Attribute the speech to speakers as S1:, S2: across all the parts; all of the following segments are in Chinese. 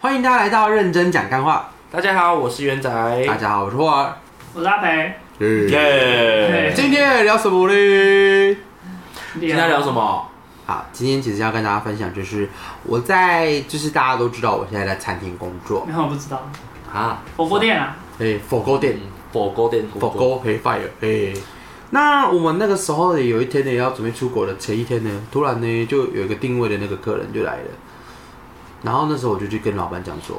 S1: 欢迎大家来到认真讲干话。
S2: 大家好，我是元仔。
S1: 大家好，我是霍尔。
S3: 我是阿北，
S2: 哎耶
S3: 对
S1: 今天聊什么嘞？
S3: 今
S2: 今天聊什么？
S1: 好，今天其实要跟大家分享，就是我在，就是大家都知道我现在在餐厅工作，
S3: 没有，我不知道。
S2: 啊，
S3: 火锅店啊，
S1: 哎，火锅店，
S2: 嗯火锅店，
S1: 火锅陪 fire，哎。那我们那个时候呢，有一天呢，要准备出国的前一天呢，突然呢，就有一个定位的那个客人就来了，然后那时候我就去跟老板讲说，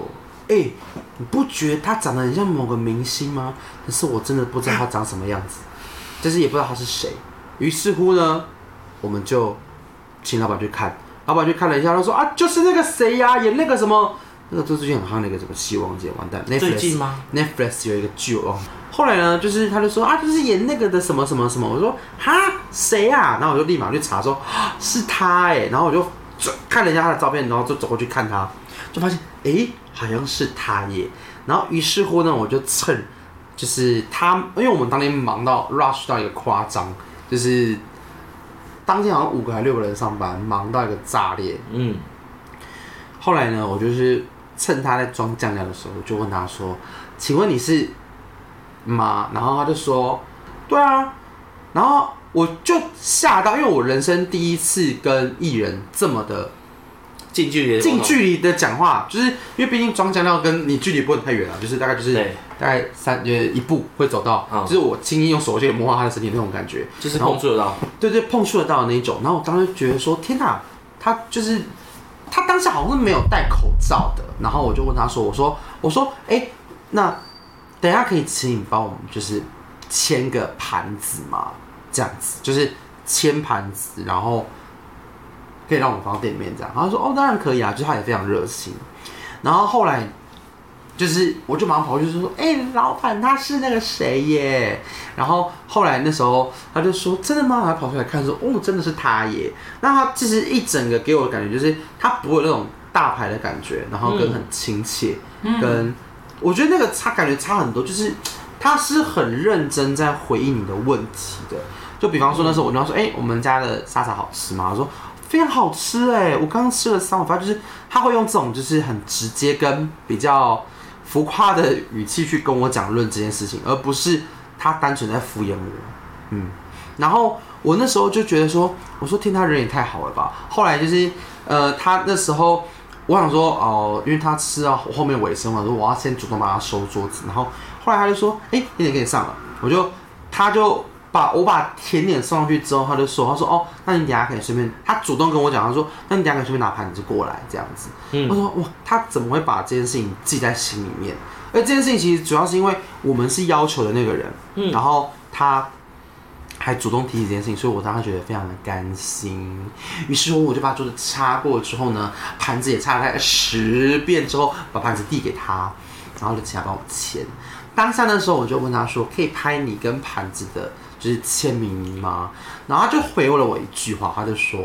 S1: 哎、你不觉得他长得很像某个明星吗？可是我真的不知道他长什么样子，就是也不知道他是谁。于是乎呢，我们就请老板去看，老板去看了一下，他说啊，就是那个谁呀、演那个什么，那个就是最近很夯的一个什么《希望姐》，完蛋，
S2: 最近吗
S1: Netflix 有一个剧哦。后来呢，就是他就说啊，就是演那个的什么什么什么，我说哈谁啊？然后我就立马去查说啊是他哎、然后我就转看了一下他的照片，然后就走过去看他，就发现哎、好像是他耶。然后于是乎呢，我就趁就是他，因为我们当天忙到 rush 到一个夸张，就是当天好像五个还六个人上班，忙到一个炸裂。
S2: 嗯，
S1: 后来呢，我就是趁他在装酱料的时候，我就问他说：“请问你是吗？”然后他就说：“对啊。”然后我就吓到，因为我人生第一次跟艺人这么的
S2: 近距离的
S1: 近距离的讲话，就是因为毕竟装酱料跟你距离不能太远啊，就是大概就是
S2: 对
S1: 大概三呃一步会走到，
S2: 嗯
S1: 就是我轻易用手去摸他的身体那种感觉，
S2: 就是
S1: 然后
S2: 碰触得到，
S1: 对对，碰触得到的那一种。然后我当时觉得说，天哪，他就是他当时好像是没有戴口罩的。然后我就问他说，我说我说，哎、那等一下可以请你帮我们就是签个盘子吗？这样子就是签盘子，然后可以让我们放到店里面这样。然后他说哦，当然可以啊，就是他也非常热心。然后后来就是我就马上跑过去说，哎、老板他是那个谁耶。然后后来那时候他就说真的吗？还跑出来看说哦，真的是他耶。那他其实一整个给我的感觉就是他不会有那种大牌的感觉，然后跟
S2: 嗯
S1: 很亲切，跟我觉得那个差感觉差很多，就是他是很认真在回应你的问题的。就比方说那时候我跟他说，哎、我们家的沙茶好吃吗？他说非常好吃哎、我刚刚吃了三碗饭，就是他会用这种就是很直接跟比较浮夸的语气去跟我讲论这件事情，而不是他单纯在敷衍我。嗯，然后我那时候就觉得说，我说天，他人也太好了吧。后来就是，呃，他那时候我想说，哦、因为他吃到后面尾声嘛，我说我要先主动帮他收桌子。然后后来他就说，哎、甜点给你上了，我就他就把我把甜点送上去之后，他就说，他说哦，那你等一下可以顺便，他主动跟我讲，他说，那你等一下可以顺便拿盘子过来这样子。我
S2: 嗯，
S1: 说哇，他怎么会把这件事情记在心里面？而这件事情其实主要是因为我们是要求的那个人，
S2: 嗯
S1: 然后他还主动提起这件事情，所以我当时觉得非常的甘心。于是乎，我就把桌子擦过之后呢，盘子也擦了大概十遍之后，把盘子递给他，然后就请他帮我签。当下那时候我就问他说：“可以拍你跟盘子的，就是签名吗？”然后他就回了我一句话，他就说：“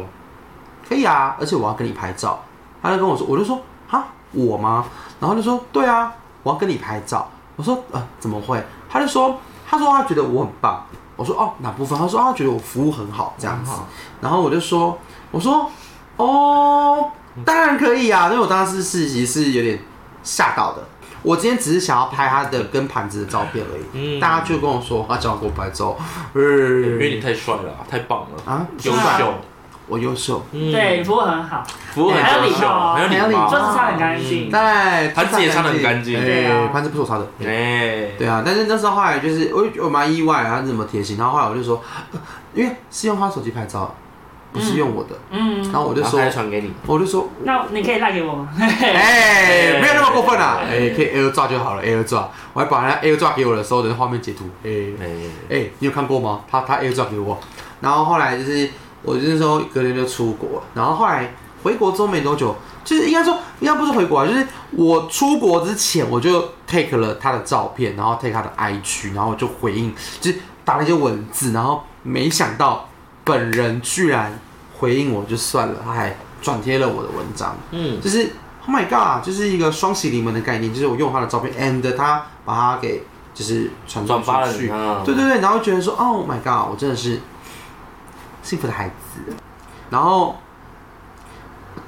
S1: 可以啊，而且我要跟你拍照。”他就跟我说，我就说啊，我吗？然后他就说对啊，我要跟你拍照。我说呃，怎么会？他就说，他说他觉得我很棒。我说哦，哪部分？他说啊他觉得我服务很好这样子
S2: 很好。
S1: 然后我就说，我说哦，当然可以啊，因为我当时是其实是有点吓到的。我今天只是想要拍他的跟盘子的照片而已，
S2: 嗯
S1: 大家就跟我说他想要给我拍照，呃、
S2: 因为你太帅了，太棒了，
S1: 啊，
S2: 优
S3: 帅
S2: 秀，
S1: 我优秀，
S2: 嗯，
S3: 对，服务很好，
S2: 服务很
S3: 还有
S2: 优
S3: 礼
S2: 秀，
S3: 貌
S2: 还有礼貌，
S3: 桌子擦很干净
S2: 嗯
S1: 对，
S2: 盘子也擦得很干净
S3: 对
S1: 哎
S3: 啊
S1: 盘子不是我擦的，
S2: 哎，
S1: 对啊，但是那时候后来就是我我蛮意外啊，他怎么贴心？然后后来我就说，呃因为是用他手机拍照，不是用我的。
S3: 嗯，
S1: 然后我就
S2: 然后
S1: 说
S2: 他，还传给你，
S1: 我就说，
S3: 那你可以赖给我吗？
S1: 哎、
S2: 哎
S1: 没有那么过分啦、啊，哎、
S2: 哎
S1: 可以 Air 抓就好了，Air 抓。我还把他 Air 抓给我的时候的画面截图，哎、
S2: 哎，
S1: 哎、你有看过吗？他他 Air 转给我，然后后来就是我那时候隔天就出国，然后后来回国之后没多久，就是应该说应该不是回国啊，就是我出国之前我就 take 了他的照片，然后 take 他的 IG，然后我就回应，就是打了一些文字，然后没想到本人居然回应我就算了，他还转贴了我的文章，
S2: 嗯，
S1: 就是 Oh my God，就是一个双喜临门的概念，就是我用他的照片，and 他把他给就是传播
S2: 嗯
S1: 出
S2: 转发了
S1: 去
S2: 你，啊，
S1: 对对对，然后觉得说，Oh my god，我真的是幸福的孩子。然后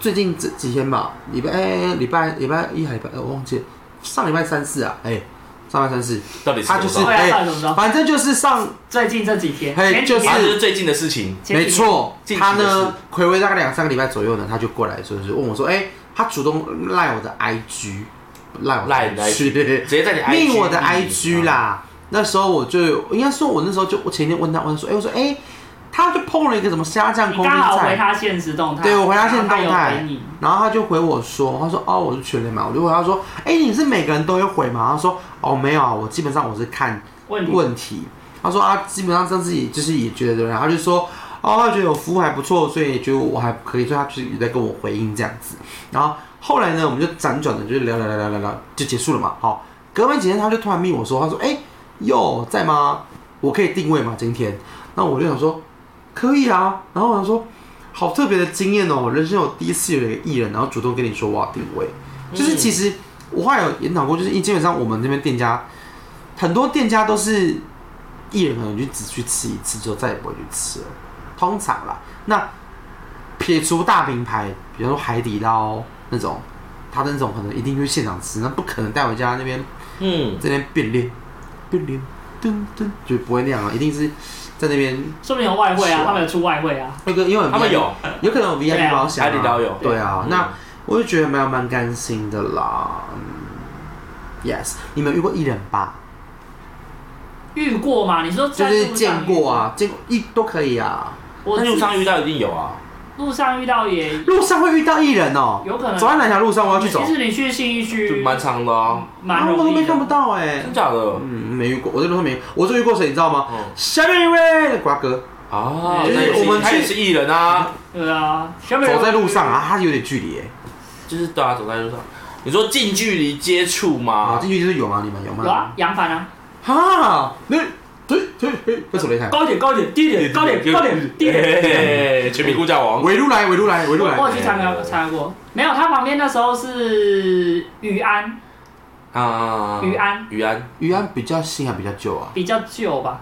S1: 最近这几天吧，礼拜哎礼拜礼拜一还礼拜二我忘记了，上礼拜三四啊，哎，上礼拜三四，
S2: 到底是
S1: 他 就是
S2: 多少
S3: 对啊，到底怎么着？
S1: 反正就是上，
S3: 最近这几天，
S1: 嘿
S3: 前几
S1: 就是
S2: 反正
S3: 天，
S2: 就是最近的事情，
S3: 前几
S1: 没
S3: 天，
S1: 错，
S2: 近期
S1: 他
S2: 的
S1: 呢
S2: 事
S1: 暌违大概两三个礼拜左右呢，他就过来就是问我说，哎，他主动赖我的 IG，赖我的
S2: 赖你的
S1: IG
S2: 直接在你 IG
S1: 命我的
S2: 里啊
S1: IG，啦。那时候我就应该说，我那时候就我前天问他，我就说，哎、我说，哎、他就 PO 了一个什么虾酱
S3: 你
S1: 空
S3: 刚
S1: 心
S3: 好回
S1: 菜，
S3: 他现实动态，
S1: 对我回他现实动态
S3: 然后他有回你
S1: 然后他就回我说，他说，哦，我是全联嘛，我就回他说，哎、你是每个人都有回吗？他说，哦，没有啊，我基本上我是看
S3: 问你，
S1: 问题。他说啊，基本上他自己就是也觉得，然后他就说，哦，他觉得我服务还不错，所以觉得我还可以，所以他就是有在跟我回应这样子。然后后来呢，我们就辗转的就聊聊聊聊聊聊，就结束了嘛。好、隔没几天他就突然密我说，他说，哎、哟，在吗？我可以定位吗？今天？那我就想说，可以啊。然后我想说，好特别的经验哦，人生有第一次有一个艺人，然后主动跟你说我要定位，就是其实我还有研讨过，就是因为基本上我们这边店家很多店家都是艺人，可能就只去吃一次，之后再也不会去吃了，通常啦。那撇除大品牌，比如说海底捞那种，他那种可能一定去现场吃，那不可能带回家那边
S2: 嗯，
S1: 在那边变脸，变脸，噔噔，就不会那样啊，一定是在那边
S3: 说明有外汇
S1: 是啊
S3: 啊，他们有出外汇啊，
S1: 那个，因为
S2: 嗯他们有，
S1: 有可能有 VIP 包厢、啊，
S2: 海底捞有
S1: 对啊，
S2: 嗯
S1: 那我就觉得蛮蛮甘心的啦。嗯 Yes，你们遇过艺人吧？
S3: 遇过吗？你说
S1: 就
S3: 在
S1: 是
S3: 路上
S1: 见过啊，见过一都可以啊。
S3: 遇过？我
S2: 那路
S3: 路上
S2: 上遇到一定有啊，
S3: 路上遇到也
S1: 路上会遇到艺人哦、
S3: 有可能
S1: 走在哪条路上我要去走
S3: 其，实你去信义
S2: 就
S3: 区
S2: 蛮长的啊，
S3: 蛮
S1: 我
S3: 容
S1: 都
S3: 易
S1: 没看不
S3: 的，
S1: 到哎、
S2: 真假的哦
S1: 嗯，没遇过，我在路上没，我就遇过谁，你知道吗？
S2: 嗯
S1: 下面一位瓜哥
S2: 啊，
S3: 就是
S2: 那也
S1: 嗯
S2: 是
S1: 我们
S2: 他
S1: 去
S2: 也是艺人啊，
S3: 对啊，小美人
S1: 走在路上啊，他有点距离哎、
S2: 就是对啊，走在路上，你说近距离接触
S1: 啊，
S2: 吗？
S1: 进去就是有吗？你们有吗？
S3: 有啊，杨凡啊，
S1: 哈，那对对对，分手擂台，
S3: 高点高点低点高点高点哎低点。
S2: 点，全民估价王，
S1: 围路来，围路来，围路
S3: 我
S1: 来
S3: 我。有去参加参加过，没有，他旁边那时候是雨安，
S2: 啊，
S3: 于安，
S2: 于安，
S1: 余安比较新还比较旧啊？
S3: 比较旧吧，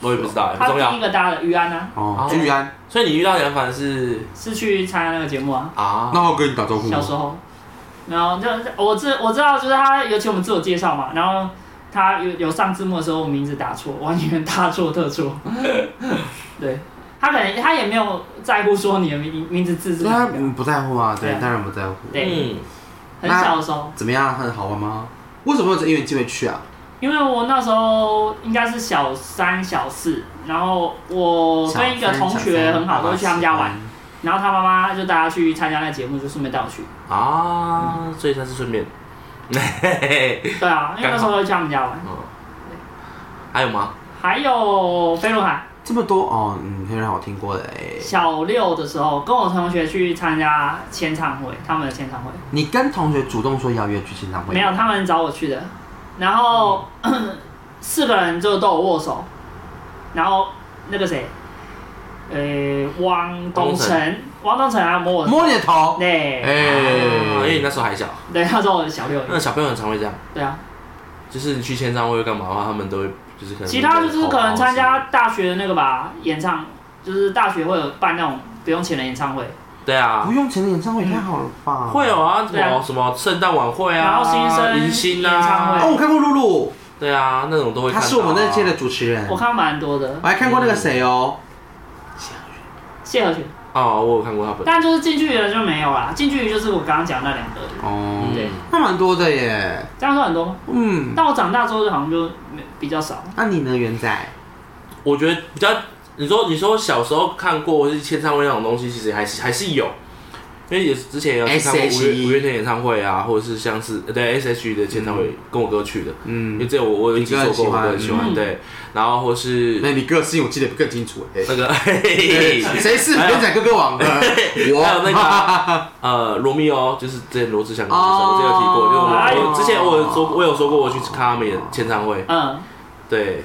S2: 我也不知道，也不
S3: 他
S2: 重
S3: 第一
S2: 要。
S3: 个搭的雨安啊，
S1: 哦
S2: 哦，
S1: 余安，
S2: 所以你遇到杨凡是
S3: 是去参加那个节目啊，
S2: 啊，
S1: 那我跟你打招呼吗
S3: 小时候，然后就我知我知道，就是他有请我们自我介绍嘛，然后他有有上字幕的时候，我名字打错，完全大错特 错，对他可能他也没有在乎说你的名名字字是
S1: 对
S3: 哪
S1: 啊，
S3: 个，
S1: 嗯不在乎啊，对
S3: 对，啊
S1: 当然不在乎。
S3: 对，
S2: 嗯，
S3: 很小的时候，
S1: 怎么样？很好玩吗？为什么有这因缘机会去啊？
S3: 因为我那时候应该是小三小四，然后我跟一个同学很好，都会去他们家玩。
S1: 嗯
S3: 然后他妈妈就带他去参加那节目，就顺便带我去。
S2: 啊，所以他是顺便。 嘿嘿嘿
S3: 对啊，因为那时候都去他们家玩。
S2: 嗯还有吗？
S3: 还有飞轮海，
S1: 这么多哦，嗯，很好听过的哎。
S3: 小六的时候跟我同学去参加签唱会，他们的签唱会
S1: 你跟同学主动说邀约去签唱会？
S3: 没有，他们找我去的。然后、
S1: 嗯
S3: 四个人就都有握手，然后那个谁，呃，汪东城，汪东城还摸我的，
S1: 摸你的头，
S3: 对，
S2: 啊因为
S1: 哎
S2: 你，那时候还小，
S3: 对，那时候我小六，
S2: 那小朋友很常会这样，
S3: 对啊，
S2: 就是你去签唱会干嘛的话，他们都会就是可能
S3: 其他就是可能参加大学的那个吧，演唱，就是大学会有办那种不用钱的演唱会，
S2: 对啊
S1: 不，用钱的演唱会也太好了吧？
S2: 会有啊，什
S3: 对啊
S2: 么什么圣诞晚会啊，
S3: 然后新生
S2: 迎新
S3: 演唱
S2: 啊
S3: 会，
S1: 哦，我看过露露，
S2: 对啊，那种都会
S1: 她
S2: 看到啊。
S1: 是我们那届的主持人，
S3: 我
S1: 我
S3: 看蛮多的，
S1: 还看过那个谁哦，
S3: 谢和弦，
S2: 哦，我有看过他本人，
S3: 但就是近距离的就没有啦，近距离就是我刚刚讲那两个，
S1: 哦，
S2: 嗯
S3: 对
S1: 那蛮多的耶，
S3: 这样说很多吗？
S1: 嗯。
S3: 但我长大之后就好像就没比较少，
S1: 那你呢，元仔？
S2: 我觉得比较，你说你说小时候看过或是签唱会那种东西，其实还是还是有，因为也之前也有去看过五
S1: SHE
S2: 月五月天演唱会啊，或者是像是呃对 S H E 的签唱会，跟我哥去的，因为
S1: 嗯，
S2: 这我我有一起说过，
S1: 你
S2: 我
S1: 哥很喜欢
S2: 哥很喜欢
S3: 嗯
S2: 对，然后或是
S1: 那你个性我记得更清楚哎、
S2: 那个嘿嘿嘿
S1: 谁是
S2: 还有
S1: 元仔哥哥王的？我
S2: 还有那个啊呃罗密欧，就是之前罗志祥的歌手，
S1: 哦
S2: 我之前有提过，就是我
S3: 哎呦
S2: 我之前我有说我有说过我去看他们的签唱会，
S3: 嗯，
S2: 对，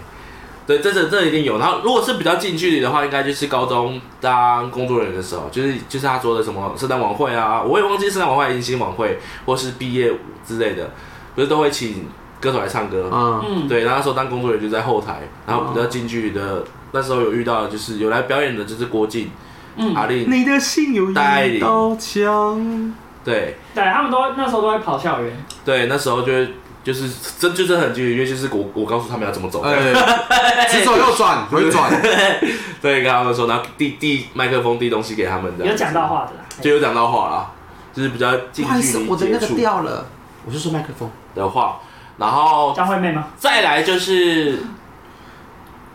S2: 对，这这这一定有。然后如果是比较近距离的话，应该就是高中当工作人员的时候，就是就是他说的什么圣诞晚会啊，我也忘记圣诞晚会、迎新晚会或是毕业舞之类的，不是都会请歌手来唱歌，
S1: 嗯，
S3: 嗯，
S2: 对，然后那时候当工作人员就在后台，然后比较近距离的，那时候有遇到的就是有来表演的就是郭靖、
S3: 嗯，
S2: 阿令，
S1: 你的心有一
S2: 带领
S1: 道墙，
S2: 对
S3: 对他们都那时候都在跑校园，
S2: 对，那时候就会就是真就是很近距离，因为就是我我告诉他们要怎么走，
S1: 哎，直走右转，回转，
S2: 对，跟他们说，然后递递麦克风递东西给他们，这样
S3: 有
S2: 子
S3: 讲到，话的啦。
S2: 就有讲到话啦，就是比较 近
S1: 不好意
S2: 距
S1: 思，
S2: 离
S1: 我的
S2: 接
S1: 那个
S2: 触
S1: 掉了，我是说麦克风，
S2: 的话，然后
S3: 张惠妹吗？
S2: 再来就是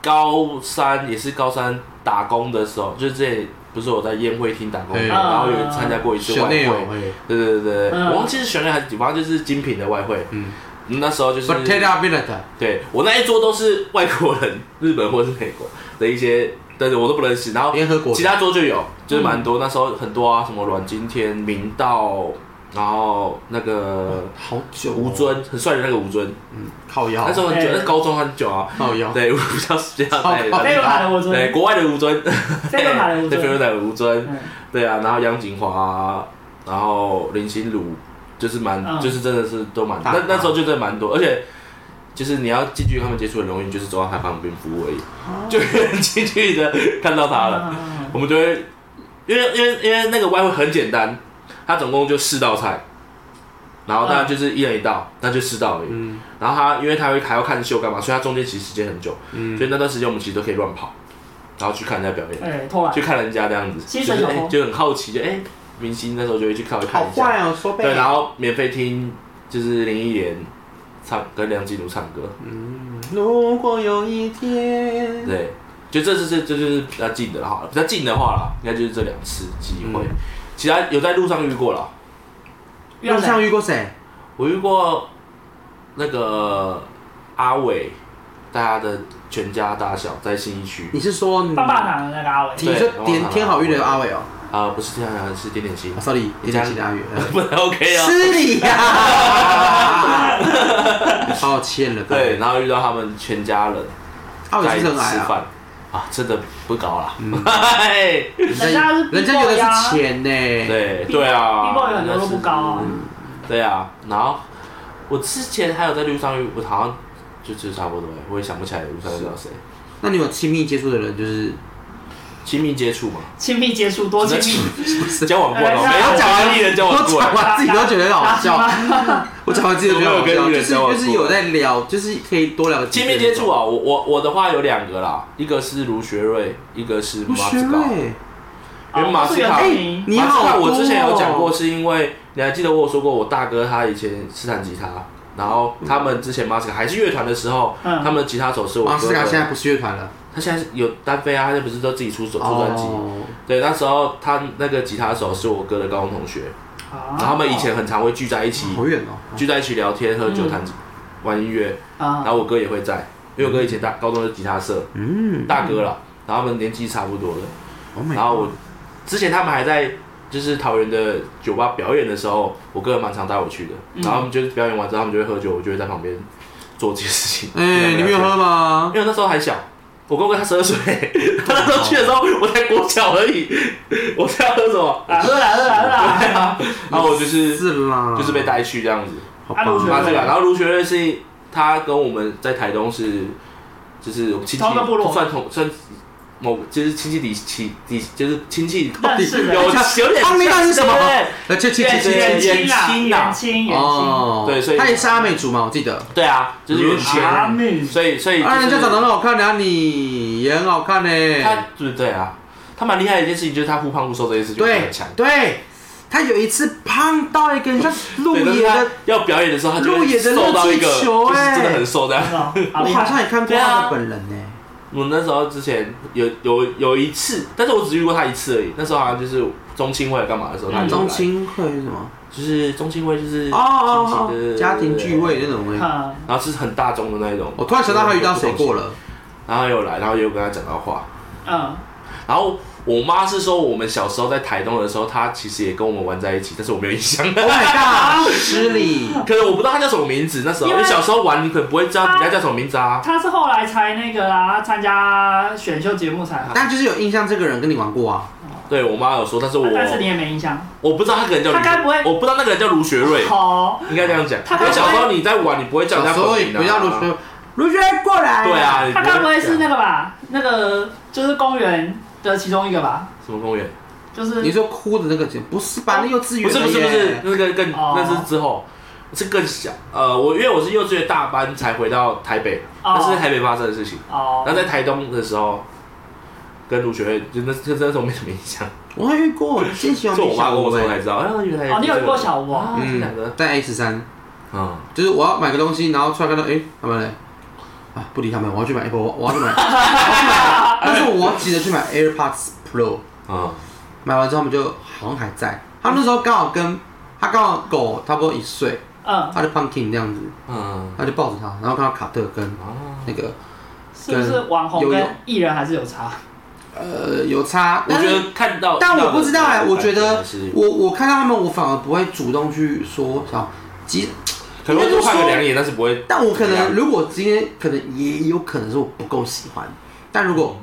S2: 高三，也是高三打工的时候，就是之前不是我在宴会厅打工，
S1: 嗯
S2: 然后有参加过一次外汇，
S1: 哎
S2: 对对对对，
S3: 嗯
S2: 我忘记是选了还是几，反正就是精品的外汇。
S1: 嗯
S2: 那时候就是
S1: b a c t e r i a b i l i t y
S2: 对我那一桌都是外国人，日本或是美国的一些，但是我都不认识。然后
S1: 联合国
S2: 其他桌就有，就是蛮多。那时候很多啊，什么阮经天、明道，然后那个
S1: 好久哦
S2: 吴，尊，很帅的那个吴尊，
S3: 哦
S1: 靠腰
S2: 那，时候很久，
S3: 对
S2: 那是高中很久啊。
S1: 靠腰，
S2: 对，我比较比较带
S1: 好好
S3: 飞轮海的吴
S2: 对，
S3: 尊，
S2: 国外的吴尊，
S3: 飞轮海的吴
S2: 对，菲
S3: 尊
S2: 律，的吴尊，
S3: 嗯
S2: 对啊，然后杨锦华啊，然后林心如，就是蛮，
S3: 嗯
S2: 就是真的是都蛮，
S1: 大
S2: 那那时候就真的蛮多，而且就是你要近距离跟他们接触很容易，你就是走到他旁边服务而已，
S1: 哦
S2: 就很近距离的看到他了，
S3: 嗯
S2: 我们就会，因为因为因为那个外汇很简单，它总共就四道菜，然后大家就是一人一道，那就四道而已。
S1: 嗯
S2: 然后他因为他会还要看秀干嘛，所以他中间其实时间很久，
S1: 嗯
S2: 所以那段时间我们其实都可以乱跑，然后去看人家表演，
S3: 哎，偷懒
S2: 去，看人家这样子，
S3: 薪
S2: 就
S3: 水
S2: 是
S3: 有
S2: 哎
S3: 吗
S2: 就很好奇，就哎明星那时候就会去看看
S1: 哦好
S2: 一下，
S1: 坏哦，说
S2: 对，
S1: 背
S2: 然后免费听就是林忆莲唱跟梁静茹唱歌，
S1: 嗯如果有一天，
S2: 对，就这次是这就是比较近的了哈，比较近的话啦，应该就是这两次机会，
S1: 嗯
S2: 其他有在路上遇过了，
S1: 路上遇过谁？
S2: 我遇过那个阿伟，大家的全家大小在信义区。
S1: 你是说你
S3: 棒棒糖的那个阿伟，
S1: 你是
S2: 对
S1: 点天好运的阿伟哦
S2: 啊、不是这样啊，是点点心
S1: 啊，，sorry，点点心的阿伟，呃
S2: 不能 OK 啊。
S1: 是你 呀，抱歉了，抱
S2: 对，
S1: 歉，
S2: 然后遇到他们全家人
S1: 阿伟
S2: 在
S1: 是
S2: 吃
S1: 很矮啊，
S2: 饭啊，真的不高啦。
S3: 嗯
S1: 人
S3: 人家是
S1: 人家有的
S3: B-boy 啊
S1: 是钱呢，
S3: 哎
S2: 对对啊，
S3: B-boy 有很多都不高啊
S2: 那是。对啊，然后我之前还有在路上遇，我好像就就差不多欸，我也想不起来路上遇到谁。
S1: 那你有亲密接触的人就是
S2: 亲密接触嘛，
S3: 亲密接触哦多亲密，
S2: 交往过了，
S3: 哎
S2: 没有
S3: 讲完
S2: 跟艺人交
S1: 我
S2: 往过
S1: 讲
S2: 欸，
S1: 完自己都觉得好 笑，我讲完自己都觉得好笑，
S2: 我没有跟艺
S1: 就
S2: 人
S1: 是
S2: 交往过
S1: 就是有在聊，就是可以多聊
S2: 亲密接触
S1: 啊，
S2: 啊，我我我的话有两个啦，一个是卢学瑞，一个是
S1: 不
S2: 马
S1: 学
S2: 子高。
S1: 妹，
S2: 原马斯卡
S3: 哦
S1: 哎
S3: 这个有名，
S1: 你好
S2: 马
S1: 多哦，
S2: 斯卡啊我之前有讲过，是因为你还记得我有说过，我大哥他以前是弹吉他，然后
S1: 嗯
S2: 他们之前马斯卡还是乐团的时候，
S3: 嗯
S2: 他们的吉他手是我
S1: 马
S2: 哥
S1: 斯卡
S2: 的
S1: 现在不啊是乐团了，
S2: 他现在有单飞啊，他现在不是都自己出手出专辑？
S1: 哦
S2: 对，那时候他那个吉他手是我哥的高中同学，然
S3: 啊
S2: 后他们以前很常会聚在一起，
S1: 好远哦，
S2: 聚在一起聊天、喝酒、
S3: 嗯
S2: 弹、玩音乐，然
S3: 啊，
S2: 后我哥也会在，因为我哥以前大高中的吉他社
S1: 嗯
S2: 大哥啦，然后他们年纪差不多的，
S1: ，Oh my God
S2: 然后我之前他们还在就是桃园的酒吧表演的时候，我哥蛮常带我去的。
S3: 嗯
S2: 然后他们就是表演完之后，他们就会喝酒，我就会在旁边做这些事情。
S1: 哎，你们有喝？吗？
S2: 因为那时候还小，我哥哥他十二岁，他那时候去的时候我才国小而已， 我是要喝什么？
S3: 啊喝啦喝啦喝
S2: 对
S3: 啦，
S2: 啊，然后我就是
S1: 是啦，
S2: 就是被，带去这样子，
S1: 好
S3: 啊陆学
S2: 啊
S1: 吧
S3: 妹，
S2: 这个，然后卢学瑞是他跟我们在台东是就是我们亲戚
S3: 同一个部落
S2: 算同算某就是亲戚底亲底就是亲戚
S1: 哦啊
S3: 但是
S2: 有啊有点
S1: 汤米到底是什么
S2: 像对
S1: 而且其
S3: 远
S1: 实
S2: 对啊
S1: 其
S2: 对
S1: 实
S3: 远亲
S2: 远
S3: 啦，
S2: 亲啦
S3: 远亲远亲，
S1: 哦，
S2: 对所以
S1: 他也是阿美族嘛，我记得。
S2: 对啊，就是有
S1: 亲
S2: 钱，
S3: 阿妹，
S2: 所以所以
S1: 啊，人家
S2: 就
S1: 长得
S2: 是
S1: 很好看的啊，你也很好看呢。
S2: 他对对啊，他蛮厉害的一件事情就是他忽胖忽瘦这件事情
S1: 对
S2: 很强。
S1: 对，他有一次胖到一个像鹿
S2: 对，但
S1: 野
S2: 是他
S1: 的，
S2: 要表演的时候，他就
S1: 路
S2: 会
S1: 野的
S2: 瘦到一个，
S1: 热气球
S2: 就是
S1: 哎
S2: 真的很瘦这样。
S3: 是吧阿
S1: 我
S3: 妹
S1: 好像也看过
S2: 对啊
S1: 他的本人呢。
S2: 我那时候之前有有有一次，但是我只遇过他一次而已。那时候好像就是中青会干嘛的时候，他
S3: 嗯
S2: 就来
S1: 中青会是什么？
S2: 就是中青会就是
S1: 哦哦
S2: 亲戚
S1: 哦，
S2: 啊的
S1: 家庭聚会那种东西。
S3: 嗯
S2: 然后是很大众的那一种。
S1: 我突然想到他遇到谁过， 了，
S2: 然后有来，然后也有跟他讲到话。
S3: 嗯，
S2: 然后我妈是说，我们小时候在台东的时候，她其实也跟我们玩在一起，但是我没有印象。
S1: Oh my god，失礼。
S2: 可能我不知道她叫什么名字，那时候因
S3: 因
S2: 为
S3: 为
S2: 小时候玩，你可能不会知道人家叫什么名字啊。
S3: 他是后来才那个啊，参加选秀节目才
S1: 但就是有印象，这个人跟你玩过啊？
S2: 对我妈有说，但是我
S3: 啊但是你也没印象。
S2: 我不知道他可能叫
S3: 他该不会
S2: 我不知道那个人叫卢学瑞，
S3: 好，
S2: 应该这样讲。
S3: 他
S2: 因
S3: 该不
S2: 为
S3: 会
S2: 小时候你在玩，你不会叫人
S1: 小
S2: 家
S1: 时候也
S2: 本名
S1: 不要卢
S2: 啊。
S1: 学，卢学过来。
S2: 对，啊，你
S3: 他该不会是
S2: 讲
S3: 那个吧？那个就是公园的其中一个吧？
S2: 什么公园？
S3: 就是
S1: 你说哭的那个不是吧？那幼稚园
S2: 不
S1: 的
S2: 是不是不是
S1: 耶，，
S2: 那个更
S3: 哦
S2: 那是之后，是更小。呃，我因为我是幼稚园大班才回到台北，那是在台北发生的事情。
S3: 哦
S2: 然后在台东的时候，跟卢学瑞就那就那时候没什么印象，
S1: 我还遇过，先喜欢
S2: 是我妈跟我说才
S1: 哎
S2: 知道。啊，原来
S3: 哦，你有遇过小吴哦？
S2: 啊？这两个
S1: 嗯，在 H 三，
S2: 啊，
S1: 就是我要买个东西，然后出来看到，哎、他们嘞，啊，不理他们，我要去买 Apple，我要 去买，我要去买但是我急着去买 AirPods Pro，
S2: 啊，
S1: 买完之后他们就好像还在，他们那时候刚好跟他刚好狗差不多一岁，
S3: 嗯，
S1: 他就 Pumpkin 这样子，
S2: 嗯，
S1: 他就抱着他，然后看到卡特跟
S2: 啊，
S1: 那个
S3: 是不是网红
S1: 游泳
S3: 跟艺人还是有差？
S1: 呃有差，
S2: 我觉得看到，
S1: 但我不知道哎、我觉
S2: 看到
S1: 得
S2: 的
S3: 哦
S2: 是
S1: 我我看到他们，我反而不会主动去说想急，
S2: 可能会多看个两眼，但是不会。
S1: 但我可
S2: 对啊
S1: 能如果今天可能也有可能是我不够喜欢，但如果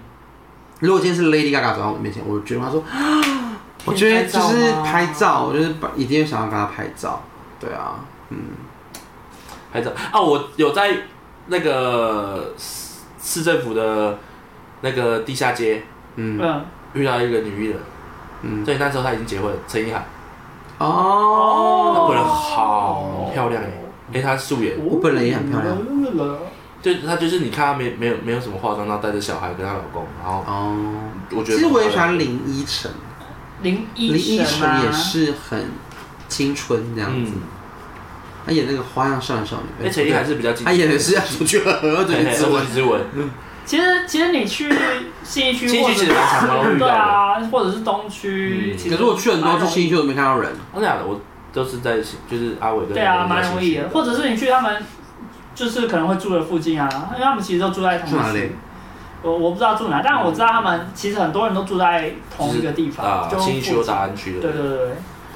S1: 如果今天是 Lady Gaga 走到我面前，我觉得她 说，啊我觉得就是拍照，我就是一定想要跟她拍照，对啊，
S2: 拍照啊，我有在那个市市政府的那个地下街
S1: 嗯，
S3: 嗯，
S2: 遇到一个女艺人，
S1: 嗯
S2: 对，那时候她已经结婚了，陈意涵，
S1: 呃哦，
S2: 她本人好漂亮哎、
S3: 哦
S2: 因为她素
S3: 嗯
S2: 颜，
S1: 我本人也很漂亮。
S2: 就她就是你看她没没有没有什么化妆，然后带着小孩跟她老公，然后
S1: 哦，
S2: 我觉
S1: 其
S2: 得
S1: 实我也喜
S2: 漂亮
S1: 欢林依晨，
S3: 林
S1: 林依
S3: 依晨
S1: 晨
S3: 啊
S1: 也，是很青春这样子，
S2: 嗯，
S1: 她演那个《花样少年少女》
S2: 而
S1: 哎，
S2: 且陈意涵是比较经
S1: 她演的是要出去喝
S2: 对，
S1: 对之吻，
S2: 之吻，
S3: 其实其实你去信义区，
S2: 新
S3: 或
S2: 区
S3: 者
S2: 其实蛮常能遇到
S3: 对
S2: 的，
S3: 啊，或者是东区，
S2: 嗯
S3: 其
S1: 可
S3: 实
S1: 是我去很多次新
S3: 区，
S1: 秀都没看到人，
S2: 那俩的我都是在就是阿伟跟
S3: 对啊，
S2: 那个
S3: 蛮容易的。或者是你去他们，就是可能会住的附近啊，因为他们其实都住在同
S1: 去哪
S3: 一
S1: 里
S3: 区。？我我不知道住哪，但我知道他们其实很多人都住在同一个地方，
S2: 啊，
S3: 就
S2: 新
S3: 附
S2: 一区
S3: 近
S2: 有大安区
S3: 对
S2: 的，
S3: 对对对，